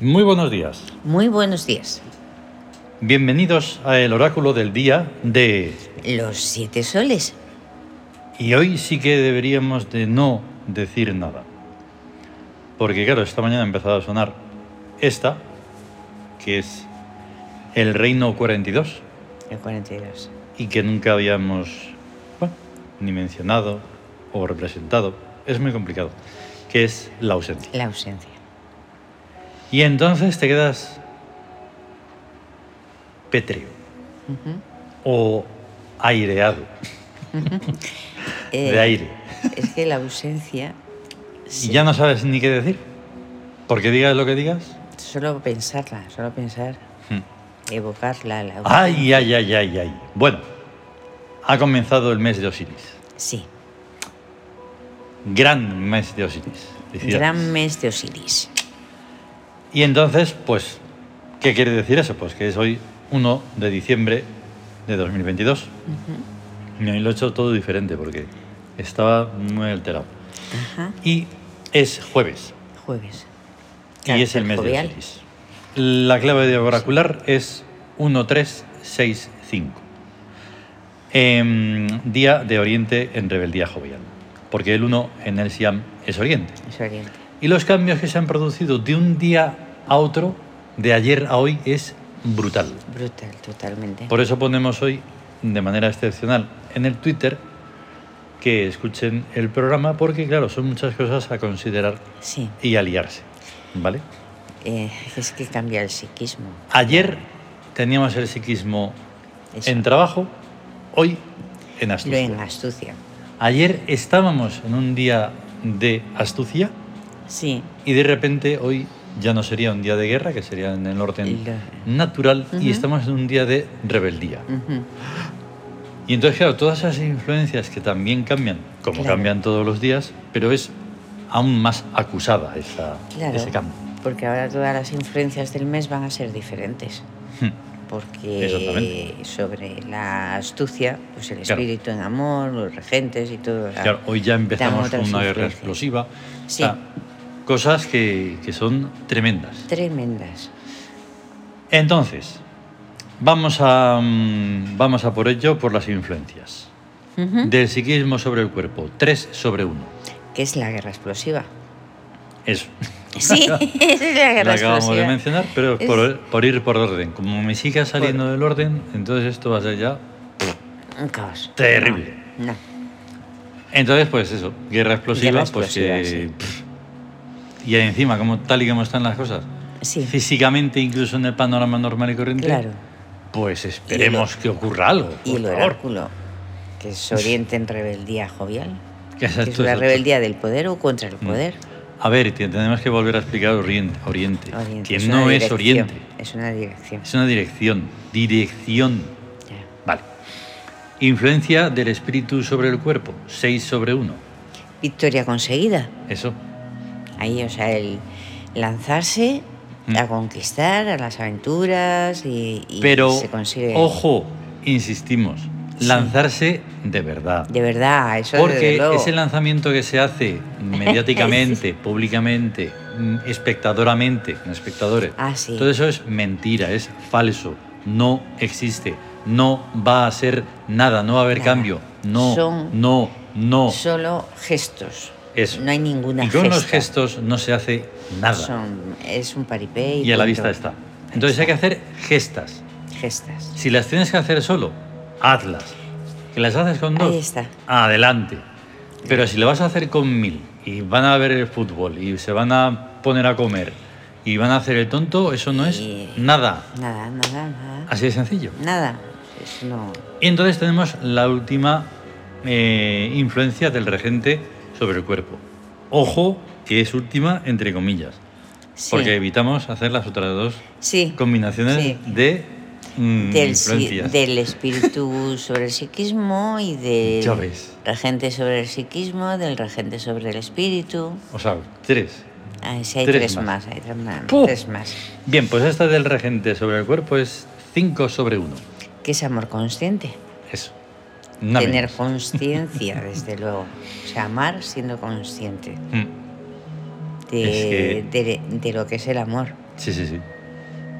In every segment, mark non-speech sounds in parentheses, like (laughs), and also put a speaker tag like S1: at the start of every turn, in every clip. S1: Muy buenos días.
S2: Muy buenos días.
S1: Bienvenidos a el oráculo del día de...
S2: Los siete soles.
S1: Y hoy sí que deberíamos de no decir nada. Porque claro, esta mañana ha empezado a sonar esta, que es el Reino 42,
S2: El 42.
S1: y que nunca habíamos bueno, ni mencionado o representado. Es muy complicado. Que es la ausencia.
S2: La ausencia.
S1: Y entonces te quedas pétreo o aireado
S2: Eh,
S1: de aire.
S2: Es que la ausencia,
S1: Y ya no sabes ni qué decir. Porque digas lo que digas.
S2: solo pensarla, solo pensar,
S1: Hmm.
S2: evocarla. La ausencia.
S1: Ay, ay, ay, ay, ay. Bueno, ha comenzado el mes de Osiris.
S2: Sí,
S1: Gran mes de Osiris. Felicidades.
S2: gran mes de Osiris.
S1: Y entonces, pues, ¿qué quiere decir eso? Pues que es hoy 1 de diciembre de 2022. Y hoy lo he hecho todo diferente porque estaba muy alterado.
S2: Ajá,
S1: Y es jueves.
S2: jueves.
S1: y es el mes
S2: jovial.
S1: de Osiris. La clave de oracular es 1365. Em, día de Oriente en rebeldía jovial. Porque el 1 en el Siam es Oriente.
S2: Es oriente.
S1: Y los cambios que se han producido de un día a otro, de ayer a hoy, es brutal.
S2: Brutal, totalmente.
S1: Por eso ponemos hoy, de manera excepcional, en el Twitter que escuchen el programa, porque claro, son muchas cosas a considerar
S2: Sí,
S1: y a liarse. ¿Vale?
S2: eh, es que cambia el psiquismo.
S1: Ayer teníamos el psiquismo
S2: Eso.
S1: en trabajo, hoy en
S2: Lo
S1: astucia.
S2: en astucia.
S1: Ayer estábamos en un día de astucia
S2: Sí,
S1: y de repente hoy ya no sería un día de guerra, que sería en el orden
S2: Lo-
S1: natural, y
S2: Ujú. Mm.
S1: estamos en un día de rebeldía.
S2: ujú,
S1: Y entonces, claro, todas esas influencias que también cambian, como
S2: Claro.
S1: cambian todos los días, pero es aún más acusada esa,
S2: claro.
S1: ese cambio.
S2: Porque ahora todas las influencias del mes van a ser diferentes. porque
S1: Exactamente.
S2: sobre la astucia, pues el
S1: Claro.
S2: espíritu en amor, los regentes y todo. ¿verdad?
S1: Claro, hoy ya empezamos
S2: otra
S1: con una guerra
S2: influencia.
S1: explosiva.
S2: Sí.
S1: O sea, cosas que, que son tremendas.
S2: Tremendas.
S1: Entonces, vamos a, mm, vamos a por ello, por las influencias.
S2: Ujú.
S1: Del psiquismo sobre el cuerpo, 3 sobre 1.
S2: ¿Qué es la
S1: (laughs)
S2: guerra explosiva?
S1: Eso.
S2: Sí, (laughs) es la
S1: Lo
S2: guerra
S1: acabamos de
S2: explosiva.
S1: mencionar, pero
S2: Es-
S1: por, por ir por orden. Como me siga saliendo del orden, entonces esto va a ser ya.
S2: Un caos.
S1: Terrible.
S2: No, no.
S1: Entonces, pues eso, guerra explosiva,
S2: Guerra
S1: pues
S2: explosiva,
S1: que.
S2: sí.
S1: pff. Y encima, como tal y como están las cosas,
S2: Sí,
S1: físicamente, incluso en el panorama normal y corriente,
S2: claro.
S1: pues esperemos que ocurra algo.
S2: Y
S1: por
S2: el
S1: favor.
S2: oráculo, que se orienta en rebeldía jovial.
S1: Que
S2: que es
S1: exacto,
S2: la
S1: exacto.
S2: rebeldía del poder o contra
S1: Mm.
S2: el poder.
S1: A ver, te- tenemos que volver a explicar Oriente. Oriente,
S2: Oriente,
S1: que
S2: una
S1: no es
S2: dirección,
S1: Oriente,
S2: Es una dirección.
S1: es una dirección. Dirección.
S2: Ya.
S1: Vale. Influencia del espíritu sobre el cuerpo, 6 sobre 1.
S2: Victoria conseguida.
S1: Eso.
S2: Ahí, o sea, el lanzarse
S1: Mm.
S2: a conquistar, a las aventuras y, y
S1: Pero,
S2: se consigue.
S1: ojo, insistimos,
S2: Sí.
S1: lanzarse de verdad.
S2: De verdad, eso desde
S1: Porque
S2: luego.
S1: ese lanzamiento que se hace
S2: (laughs)
S1: mediáticamente, públicamente, mm, espectadoramente, con espectadores,
S2: Ah, sí.
S1: todo eso es mentira, es falso, no existe, no va a ser nada, no va a haber
S2: Nada.
S1: cambio, no,
S2: Son-
S1: no, no.
S2: Solo gestos.
S1: Eso.
S2: No hay ninguna
S1: y con los
S2: gesta.
S1: gestos no se hace nada
S2: Son- es un paripé y,
S1: y a la
S2: punto.
S1: vista está. Entonces hay que hacer gestas.
S2: Gestas.
S1: Si las tienes que hacer solo, hazlas. Que las haces con dos,
S2: Ahí está.
S1: adelante. Pero si lo vas a hacer con mil y van a ver el fútbol y se van a poner a comer y van a hacer el tonto, eso no es
S2: Y-
S1: nada.
S2: Nada, nada, nada.
S1: Así de sencillo.
S2: Nada. Eso no.
S1: Y entonces tenemos la última eh, influencia del regente sobre el cuerpo. Ojo, que es última entre comillas,
S2: Sí.
S1: porque evitamos hacer las otras dos
S2: Sí.
S1: combinaciones
S2: Sí.
S1: de mm,
S2: Del, si-
S1: influencias.
S2: del espíritu sobre el psiquismo y del
S1: Ya ves.
S2: regente sobre el psiquismo, del regente sobre el espíritu.
S1: O sea, tres.
S2: Ah, sí, hay
S1: Tres
S2: tres,
S1: más.
S2: más. hay tres más,
S1: ¡Puh!
S2: tres más.
S1: Bien, pues esta del regente sobre el cuerpo es 5 sobre 1.
S2: Que es amor consciente.
S1: Eso. Nada
S2: Tener
S1: menos.
S2: conciencia,
S1: (laughs)
S2: desde luego. O sea, amar siendo consciente
S1: Mm,
S2: de,
S1: Es
S2: de- de lo que es el amor.
S1: Sí, sí, sí.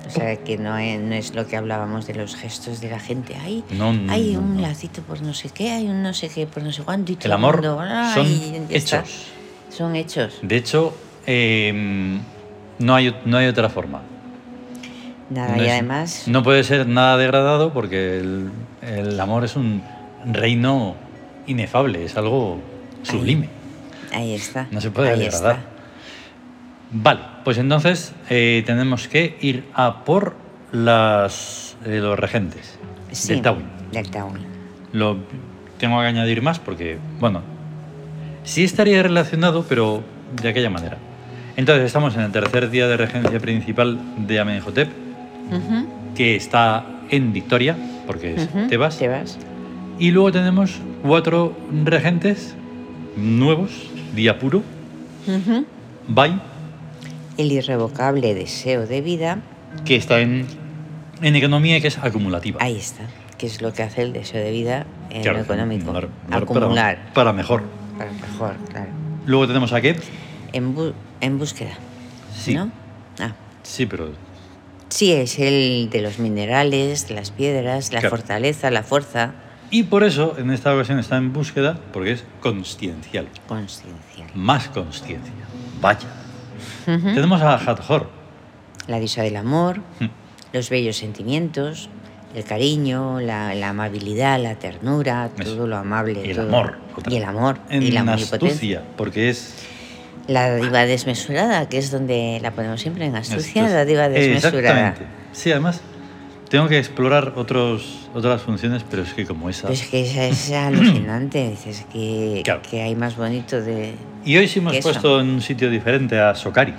S2: O sea, que no es, no es lo que hablábamos de los gestos de la gente. Ay,
S1: No, no,
S2: hay
S1: no,
S2: un
S1: no.
S2: lacito por no sé qué, hay un no sé qué por no sé cuánto. Y todo
S1: El amor
S2: mundo, "Ay",
S1: son
S2: y ya está.
S1: hechos.
S2: Son hechos.
S1: De hecho, eh, no, hay, no hay otra forma.
S2: Nada,
S1: No
S2: y
S1: es-
S2: además,
S1: No puede ser nada degradado porque el, el amor es un reino inefable, es algo sublime.
S2: ahí está.
S1: No se puede
S2: ahí
S1: degradar. Vale, pues entonces eh, tenemos que ir a por las, eh, los regentes
S2: está. Sí,
S1: del Tawin.
S2: del Tawin.
S1: Lo tengo que añadir más porque, bueno, sí estaría relacionado, pero de aquella manera. Entonces estamos en el tercer día de regencia principal de Amenhotep,
S2: Ujú,
S1: que está en Victoria, porque es
S2: ujú.
S1: Tebas.
S2: Tebas.
S1: Y luego tenemos cuatro regentes nuevos, Diapuro,
S2: Ujú.
S1: Bai,
S2: El irrevocable deseo de vida,
S1: que está en, en economía que es acumulativa.
S2: ahí está. Que es lo que hace el deseo de vida en
S1: Claro,
S2: lo económico.
S1: acumular,
S2: acumular.
S1: Para, para mejor.
S2: Para mejor, claro.
S1: Luego tenemos a Ket.
S2: En, bu- en búsqueda,
S1: Sí.
S2: ¿no? Ah,
S1: Sí, pero
S2: sí, es el de los minerales, de las piedras, la
S1: Claro.
S2: fortaleza, la fuerza
S1: Y por eso en esta ocasión está en búsqueda porque es consciencial,
S2: consciencial.
S1: más consciencia. Vaya. Tenemos a Hathor,
S2: La diosa del amor,
S1: Hmm.
S2: los bellos sentimientos, el cariño, la, la amabilidad, la ternura,
S1: Eso.
S2: todo lo amable.
S1: el
S2: todo-
S1: amor. otra
S2: Eh, Y el
S1: vez.
S2: amor.
S1: En
S2: y la omnipotencia.
S1: astucia, porque es...
S2: La diva desmesurada, que es donde la ponemos siempre en astucia,
S1: astucia.
S2: la diva desmesurada.
S1: Exactamente. Sí, además tengo que explorar otros, otras funciones, pero es que como esa...
S2: Pues que esa es alucinante, (clears throat) dices que,
S1: Claro.
S2: que hay más bonito de...
S1: Y hoy sí hemos
S2: que eso.
S1: puesto en un sitio diferente a Sokari,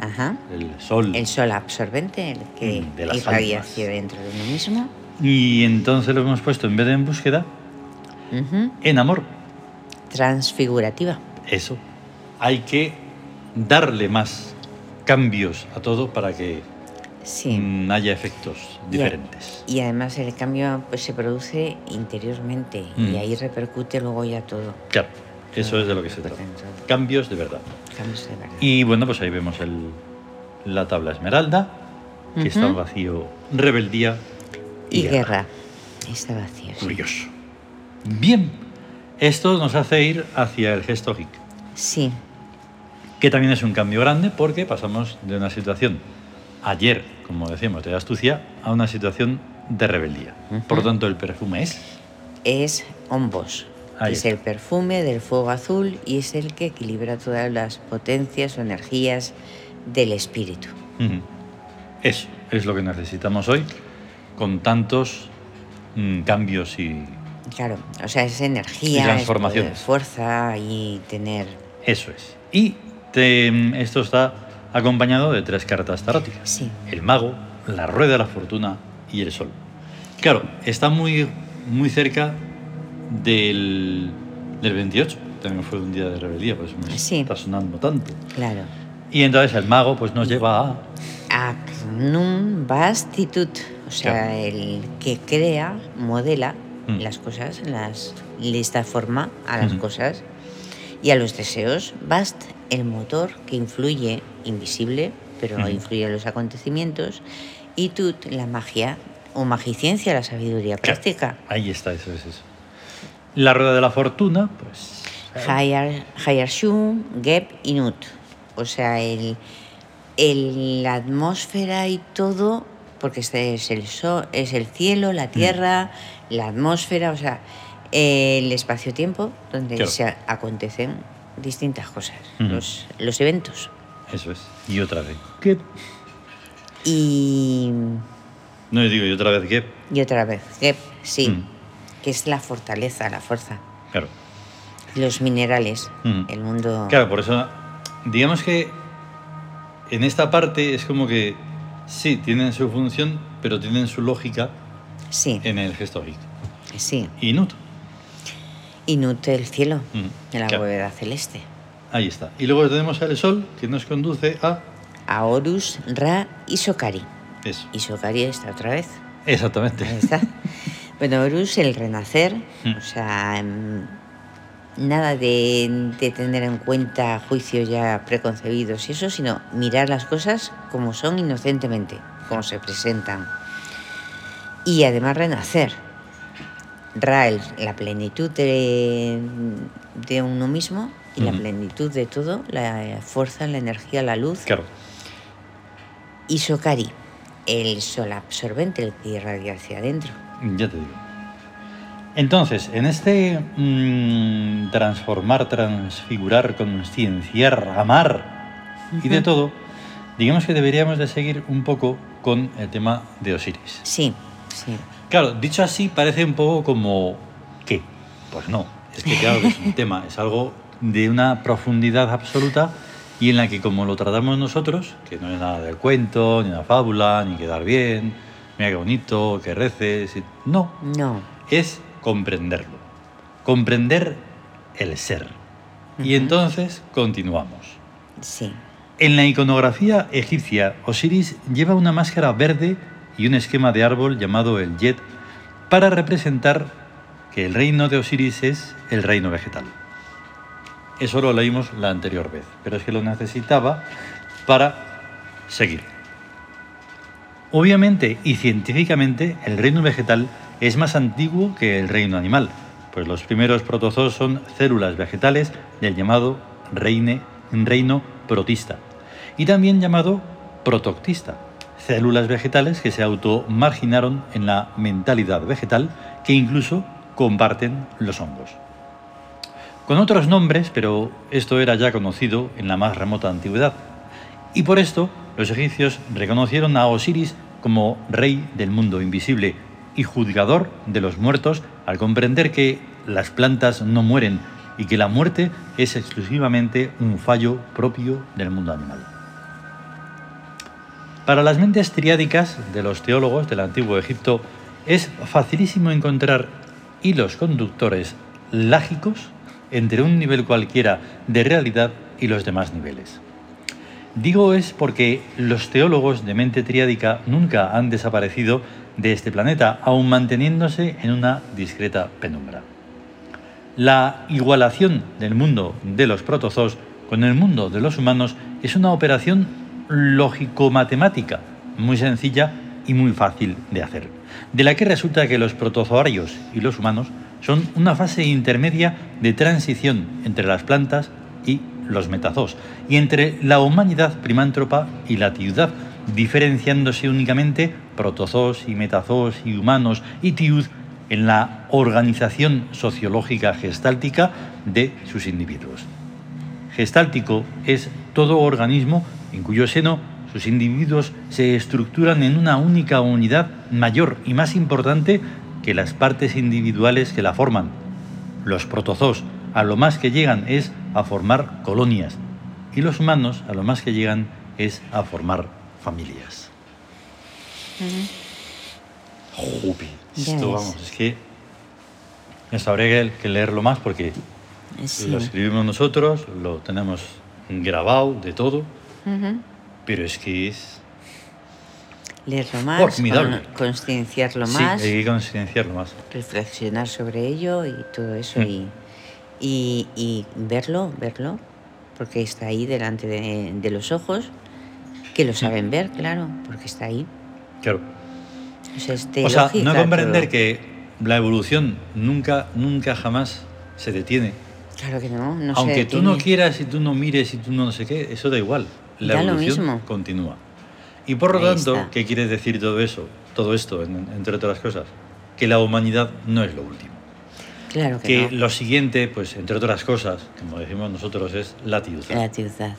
S2: Ajá.
S1: el sol.
S2: El sol absorbente, el que
S1: Mm, de las
S2: irradia
S1: almas.
S2: hacia dentro de uno mismo.
S1: Y entonces lo hemos puesto en vez de en búsqueda,
S2: Ujú.
S1: en amor.
S2: Transfigurativa.
S1: Eso. Hay que darle más cambios a todo para que
S2: Sí.
S1: mm, haya efectos
S2: Y a-
S1: diferentes.
S2: Y además el cambio pues, se produce interiormente
S1: Mm.
S2: y ahí repercute luego ya todo.
S1: Claro, eso es de lo que se trata.
S2: Perfecto.
S1: Cambios de verdad.
S2: Cambios de verdad.
S1: Y bueno, pues ahí vemos el- la tabla esmeralda, que está
S2: Ujú.
S1: vacío, rebeldía
S2: Y, guerra. Está vacío. sí.
S1: Curioso. Bien, esto nos hace ir hacia el gesto hic,
S2: Sí,
S1: que también es un cambio grande porque pasamos de una situación ayer, como decíamos, de astucia, a una situación de rebeldía. Por tanto, el perfume es
S2: es hombos.
S1: Ahí
S2: que es
S1: está.
S2: el perfume del fuego azul y es el que equilibra todas las potencias o energías del espíritu.
S1: Ujú. Eso es lo que necesitamos hoy con tantos mm, cambios y
S2: Claro, o sea, es energía, es
S1: transformaciones.
S2: poder, fuerza y tener.
S1: eso es. Y te- em, esto está acompañado de tres cartas taróticas.
S2: Sí,
S1: El mago, la rueda de la fortuna y el sol. Claro, está muy, muy cerca del, del 28. También fue un día de rebeldía, pues me
S2: Sí.
S1: está sonando tanto.
S2: claro.
S1: Y entonces el mago pues nos lleva a...
S2: Acnum vastitut, o sea,
S1: Claro.
S2: el que crea, modela
S1: Mm.
S2: las cosas, las, le da forma a las
S1: Ujú.
S2: cosas y a los deseos. Bast, el motor que influye, invisible, pero
S1: Ujú.
S2: influye en los acontecimientos. Y tut, la magia o magiciencia, la sabiduría práctica.
S1: Ahí está, eso es eso. La rueda de la fortuna, pues...
S2: Hayar, Hayarshum, Geb y Nut. O sea, el, el- la atmósfera y todo, porque este es el, so- es el cielo,
S1: Mm.
S2: la tierra, la atmósfera, o sea, el espacio-tiempo, donde
S1: Claro. Mm.
S2: se acontecen distintas cosas,
S1: Ujú.
S2: los, los eventos.
S1: Eso es. Y otra vez. ¿Qué?
S2: Y,
S1: No yo digo, y otra vez qué.
S2: y otra vez, Geb, sí,
S1: Mm.
S2: que es la fortaleza, la fuerza.
S1: Claro.
S2: Los minerales,
S1: Ujú.
S2: el mundo...
S1: Mm. Claro, por eso, digamos que en esta parte es como que sí, tienen su función, pero tienen su lógica
S2: Sí,
S1: en el gesto hic.
S2: sí.
S1: Y Nut.
S2: Y Nute el cielo,
S1: Mm,
S2: de la
S1: claro.
S2: bóveda celeste.
S1: Ahí está. Y luego tenemos al sol que nos conduce a
S2: A Horus, Ra y Sokari.
S1: eso.
S2: Y Sokari está otra vez. Ah.
S1: Exactamente.
S2: Ahí está. bueno, Horus, el renacer,
S1: Mm.
S2: o sea, em, nada de, de tener en cuenta juicios ya preconcebidos y eso, sino mirar las cosas como son inocentemente, como se presentan. Y además renacer. Rael, la plenitud de, de uno mismo y la
S1: Ujú.
S2: plenitud de todo, la fuerza, la energía, la luz.
S1: (laughs) Claro.
S2: Y Sokari, el sol absorbente, el que irradia hacia adentro.
S1: Ya te digo. Entonces, en este mm, transformar, transfigurar, concienciar, amar y de todo, digamos que deberíamos de seguir un poco con el tema de Osiris.
S2: Sí, sí.
S1: Claro, dicho así parece un poco como ¿qué? Pues no, es que claro que es un tema, es algo de una profundidad absoluta y en la que como lo tratamos nosotros, que no es nada del cuento, ni una fábula, ni quedar bien, mira qué bonito, que reces, y- no,
S2: No.
S1: es comprenderlo, comprender el ser. Y
S2: Ujú.
S1: entonces continuamos.
S2: Sí,
S1: En la iconografía egipcia, Osiris lleva una máscara verde y un esquema de árbol llamado el Yet para representar que el reino de Osiris es el reino vegetal. Eso lo leímos la anterior vez, pero es que lo necesitaba para seguir. Obviamente y científicamente, el reino vegetal es más antiguo que el reino animal, pues los primeros protozoos son células vegetales del llamado reine- reino protista, y también llamado protoctista, células vegetales que se automarginaron en la mentalidad vegetal que incluso comparten los hongos. Con otros nombres, pero esto era ya conocido en la más remota antigüedad, y por esto los egipcios reconocieron a Osiris como rey del mundo invisible y juzgador de los muertos al comprender que las plantas no mueren y que la muerte es exclusivamente un fallo propio del mundo animal. Para las mentes triádicas de los teólogos del antiguo Egipto es facilísimo encontrar hilos conductores lágicos entre un nivel cualquiera de realidad y los demás niveles. Digo es porque los teólogos de mente triádica nunca han desaparecido de este planeta, aun manteniéndose en una discreta penumbra. La igualación del mundo de los protozoos con el mundo de los humanos es una operación lógico-matemática, muy sencilla y muy fácil de hacer, de la que resulta que los protozoarios y los humanos son una fase intermedia de transición entre las plantas y los metazoos, y entre la humanidad primántropa y la tiudad, diferenciándose únicamente protozoos y metazoos y humanos y tiud en la organización sociológica gestáltica de sus individuos. Gestáltico es todo organismo en cuyo seno sus individuos se estructuran en una única unidad mayor y más importante que las partes individuales que la forman. Los protozoos a lo más que llegan es a formar colonias y los humanos a lo más que llegan es a formar familias. Jupi,
S2: Ya
S1: esto
S2: ves.
S1: vamos, es que esto habría que- que leerlo más porque
S2: sí.
S1: lo escribimos nosotros, lo tenemos grabado de todo,
S2: Ujú.
S1: pero es que es...
S2: Leerlo más,
S1: Formidable.
S2: con- concienciarlo
S1: Oh, sí, eh.
S2: más,
S1: hay que concienciarlo más.
S2: reflexionar sobre ello y todo eso
S1: Mm.
S2: y, y, y verlo, verlo, porque está ahí delante de, de los ojos, que
S1: Mm.
S2: lo saben ver, claro, porque está ahí.
S1: Claro.
S2: O sea, es de
S1: o sea,
S2: lógica
S1: no comprender
S2: todo.
S1: que la evolución nunca, nunca jamás se detiene.
S2: Claro que no, no se
S1: Aunque tú no
S2: detiene.
S1: quieras y tú no mires y tú no sé qué, eso da igual. La
S2: Da lo
S1: evolución
S2: mismo.
S1: continúa. Y por lo
S2: Ahí
S1: tanto,
S2: está.
S1: ¿qué quiere decir todo eso? Todo esto, en- entre otras cosas, que la humanidad no es lo último.
S2: Claro que,
S1: Que
S2: no.
S1: lo siguiente, pues entre otras cosas, como decimos nosotros, es la tiudad.
S2: La ciudad.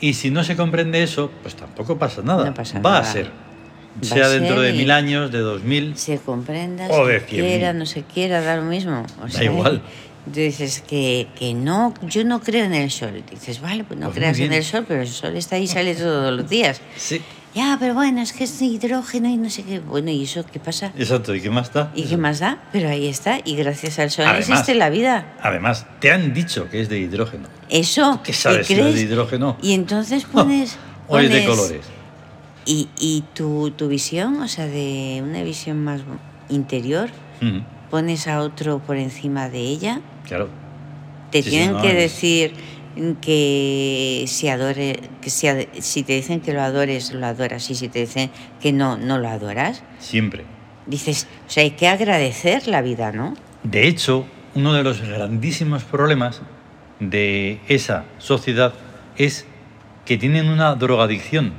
S1: Y si no se comprende eso, pues tampoco pasa nada.
S2: No pasa
S1: Va a
S2: nada.
S1: ser.
S2: a
S1: sea dentro
S2: ser
S1: de
S2: y-
S1: mil años, de dos mil.
S2: se comprenda,
S1: O de
S2: se
S1: 100.000.
S2: quiera, no se quiera, da lo mismo. O sea,
S1: igual.
S2: (laughs) Tú dices que, que no, yo no creo en el sol. Dices, vale, pues no
S1: Pues muy
S2: creas en
S1: bien.
S2: el sol, pero el sol está ahí y sale todos los días.
S1: Sí.
S2: Ya, pero bueno, es que es hidrógeno y no sé qué. Bueno, ¿y eso qué pasa?
S1: Exacto, ¿y qué más da?
S2: ¿Y qué más da? Pero ahí está, y gracias al sol
S1: Además-
S2: existe la vida.
S1: Además, te han dicho que es de hidrógeno.
S2: Eso,
S1: ¿Qué sabes si
S2: ¿qué
S1: no es
S2: crees?
S1: de hidrógeno?
S2: Y entonces pones...
S1: o es de
S2: pones-
S1: colores.
S2: Y, y tu, tu visión, o sea, de una visión más interior,
S1: Mm,
S2: pones a otro por encima de ella
S1: claro.
S2: Te
S1: Sí, sí,
S2: tienen
S1: no,
S2: que
S1: es-
S2: decir que si adore, que si, ad- si te dicen que lo adores, lo adoras, y si te dicen que no, no lo adoras.
S1: Siempre.
S2: Dices, o sea, hay que agradecer la vida, ¿no?
S1: De hecho, uno de los grandísimos problemas de esa sociedad es que tienen una drogadicción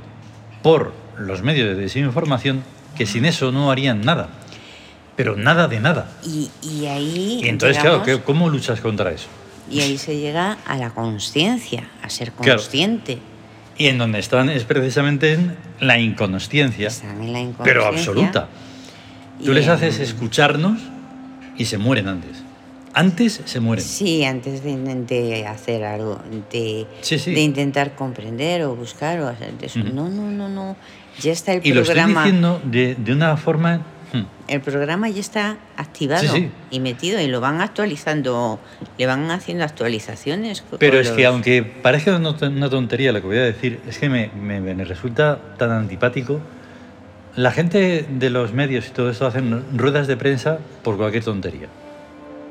S1: por los medios de desinformación que sin eso no harían nada. Pero nada de nada.
S2: Y, y ahí.
S1: Y entonces, claro,
S2: llegamos-
S1: ¿qué- ¿cómo luchas contra eso?
S2: Y ahí se llega a la conciencia, a ser
S1: Claro.
S2: consciente.
S1: Y en donde están es precisamente en la inconsciencia,
S2: Están en la inconsciencia.
S1: pero absoluta. Tú
S2: y
S1: les
S2: en-
S1: haces escucharnos y se mueren antes. Antes se mueren.
S2: Sí, antes de, de hacer algo, de,
S1: Sí, sí.
S2: de intentar comprender o buscar o hacer de eso.
S1: Ujú.
S2: No, no, no, no. Ya está el
S1: Y lo estoy
S2: programa.
S1: diciendo de, de una forma... hmm,
S2: El programa ya está activado
S1: Sí, sí.
S2: y metido y lo van actualizando, le van haciendo actualizaciones. co-
S1: Pero
S2: con
S1: es que
S2: los-
S1: aunque parezca una ton- una tontería lo que voy a decir, es que me, me- me resulta tan antipático. La gente de los medios y todo esto hacen ruedas de prensa por cualquier tontería.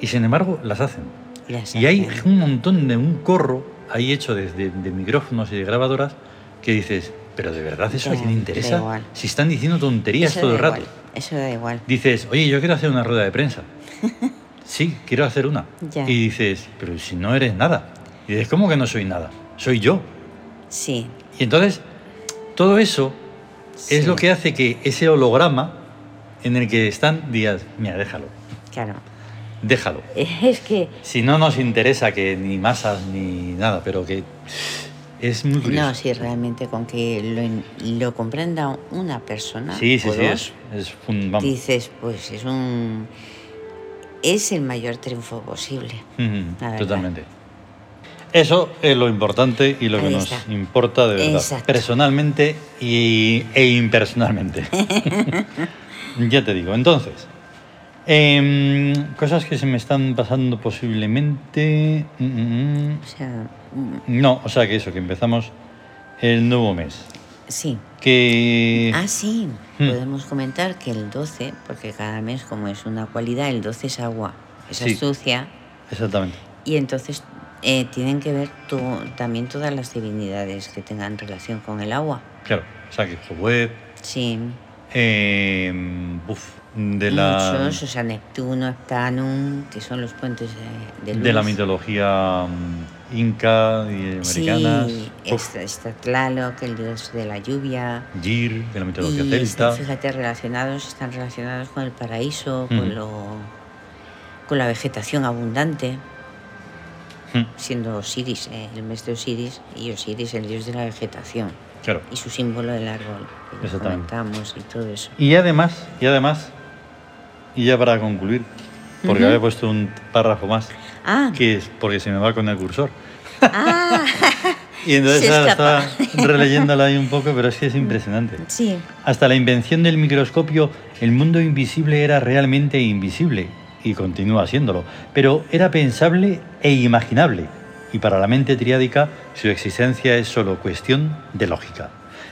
S1: Y sin embargo las hacen.
S2: las
S1: Y hay
S2: hacen.
S1: un montón de un corro ahí hecho de, de- de micrófonos y de grabadoras que dices, pero de verdad eso a
S2: Ya,
S1: quién
S2: Mm, da
S1: interesa?
S2: igual.
S1: Si están diciendo tonterías
S2: Eso
S1: todo
S2: da
S1: el rato.
S2: igual, Eso da igual.
S1: Dices, oye, yo quiero hacer una rueda de prensa.
S2: (laughs)
S1: Sí, quiero hacer una.
S2: Ya.
S1: Y dices, pero si no eres nada. Y dices, ¿cómo que no soy nada? Soy yo.
S2: Sí,
S1: Y entonces, todo eso
S2: Sí.
S1: es lo que hace que ese holograma en el que están digas, mira, déjalo,
S2: claro. (laughs)
S1: déjalo.
S2: Es que
S1: Si no nos interesa que ni masas ni nada, pero que es muy curioso.
S2: No, sí, realmente con que lo, en- lo comprenda una persona.
S1: Sí, sí,
S2: o
S1: sí,
S2: dos,
S1: es, es un- vamos.
S2: Dices, pues es un. Es el mayor triunfo posible.
S1: Ujú,
S2: La verdad.
S1: Totalmente. Eso es lo importante y lo que
S2: Ahí
S1: nos
S2: está.
S1: importa de verdad,
S2: Exacto.
S1: personalmente y- e
S2: (laughs)
S1: impersonalmente. ya te digo, entonces, em, cosas que se me están pasando posiblemente... mm, mm, mm.
S2: O sea, mm,
S1: No, o sea que eso, que empezamos el nuevo mes.
S2: sí.
S1: Que...
S2: Ah, sí.
S1: Hmm.
S2: Podemos comentar que el 12, porque cada mes, como es una cualidad, el 12 es agua, es
S1: Sí.
S2: astucia.
S1: Exactamente.
S2: Y entonces eh, tienen que ver to- también todas las divinidades que tengan relación con el agua.
S1: Claro, o sea que Job,
S2: Sí.
S1: eh, buf, de la...
S2: Muchos, o sea, Neptuno, Heptanum, que son los puentes de, de luz.
S1: de la mitología mm, inca y americana,
S2: Sí, está, está Tlaloc, el dios de la lluvia.
S1: Gir, de la mitología
S2: Y este,
S1: celta.
S2: están, fíjate, relacionados, están relacionados con el paraíso,
S1: Ujú.
S2: con, lo, con la vegetación abundante,
S1: Mm,
S2: siendo Osiris, eh, el mes de Osiris, y Osiris, el dios de la vegetación,
S1: Claro.
S2: y su símbolo del árbol, que ya
S1: Exactamente.
S2: comentamos y todo eso.
S1: Y además, y además, y ya para concluir, porque
S2: Ujú.
S1: había puesto un párrafo más,
S2: Ah,
S1: que es porque se me va con el cursor.
S2: ah
S1: Y entonces
S2: Se
S1: ahora
S2: escapa.
S1: estaba releyéndola ahí un poco, pero es que es impresionante.
S2: sí,
S1: Hasta la invención del microscopio, el mundo invisible era realmente invisible, y continúa siéndolo, pero era pensable e imaginable, y para la mente triádica su existencia es solo cuestión de lógica.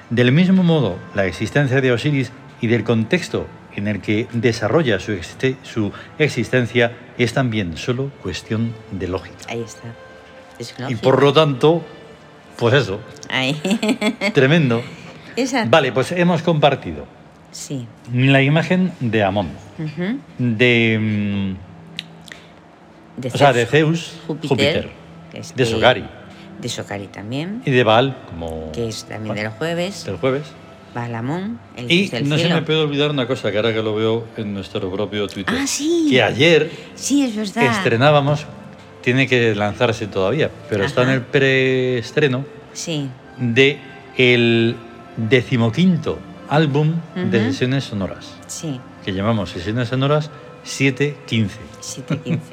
S1: Del mismo modo, la existencia de Osiris y del contexto en el que desarrolla su, existe- su existencia es también solo cuestión de lógica.
S2: ahí está. Es
S1: Y
S2: lógico.
S1: por lo tanto, pues eso,
S2: Ahí. (laughs)
S1: tremendo.
S2: Esa-
S1: Vale, pues hemos compartido
S2: Sí.
S1: la imagen de Amón.
S2: ujú,
S1: de, mm,
S2: de
S1: o sea,
S2: Zeus.
S1: de Zeus, Júpiter,
S2: Júpiter, que es
S1: de
S2: que-
S1: Sogari
S2: de Socari también,
S1: y de Baal, como
S2: que es también del
S1: bueno,
S2: jueves,
S1: del jueves.
S2: Balamón, el
S1: Y
S2: dios del
S1: no se
S2: cielo.
S1: me puede olvidar una cosa que ahora que lo veo en nuestro propio Twitter,
S2: Ah, sí.
S1: que ayer
S2: Sí, es verdad.
S1: estrenábamos, tiene que lanzarse todavía, pero está en
S2: Ajá.
S1: el preestreno
S2: Sí,
S1: de el decimoquinto álbum de
S2: Ujú.
S1: sesiones sonoras,
S2: sí,
S1: que llamamos sesiones sonoras 715,
S2: 7.15.
S1: (laughs)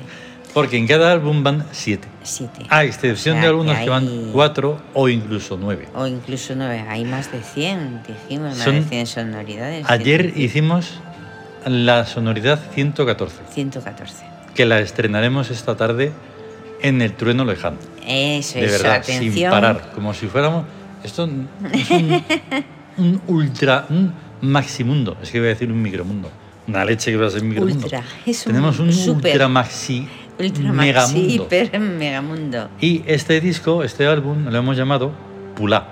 S1: porque en cada álbum van 7.
S2: 7.
S1: A excepción
S2: O sea,
S1: de algunos
S2: que
S1: que van
S2: hay-
S1: cuatro o incluso nueve.
S2: O incluso 9, hay más de 100, dijimos, más
S1: Son-
S2: de 100 sonoridades.
S1: Ayer
S2: 115.
S1: hicimos la sonoridad 114,
S2: 114.
S1: que la estrenaremos esta tarde en El Trueno Lejano.
S2: Eso,
S1: De
S2: eso,
S1: verdad,
S2: atención.
S1: sin parar, como si fuéramos... Esto es (laughs) un, un ultra, un maximundo. Es que iba a decir un micromundo. Una leche que va a ser micromundo.
S2: Ultra, es un
S1: Tenemos un
S2: super.
S1: ultra maxi
S2: Ultraman,
S1: Megamundo.
S2: Sí, pero en Megamundo.
S1: Y este disco, este álbum, lo hemos llamado Pulá.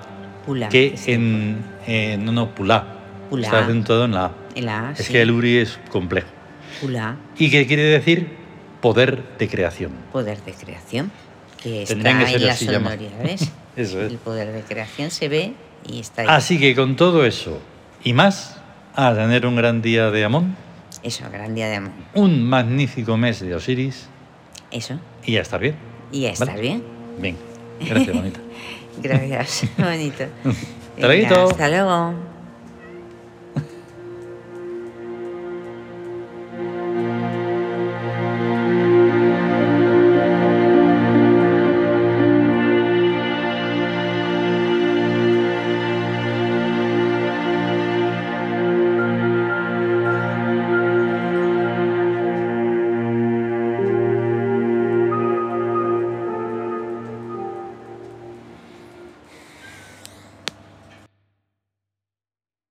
S2: Pula.
S1: que
S2: sí,
S1: en, en- No, no, Pulá. Ah,
S2: Pulá.
S1: Está acentuado en la A.
S2: en la A,
S1: Es
S2: sí,
S1: que el Uri es complejo.
S2: Pula,
S1: ¿Y qué quiere decir? Poder de creación.
S2: poder de creación. Que
S1: Tendrían
S2: está
S1: que ser
S2: en las
S1: así llamados.
S2: sonoridades.
S1: (laughs) Eso es. Ah,
S2: El poder de creación se ve y está ahí.
S1: Así que con todo eso y más, a tener un gran día de Amón,
S2: Eso, gran día de amor.
S1: un magnífico mes de Osiris
S2: Eso.
S1: y a estar bien.
S2: Y a estar
S1: Vale.
S2: bien.
S1: Bien. Gracias, bonita. (laughs)
S2: Gracias, (laughs) bonito. Venga,
S1: luego.
S2: hasta luego.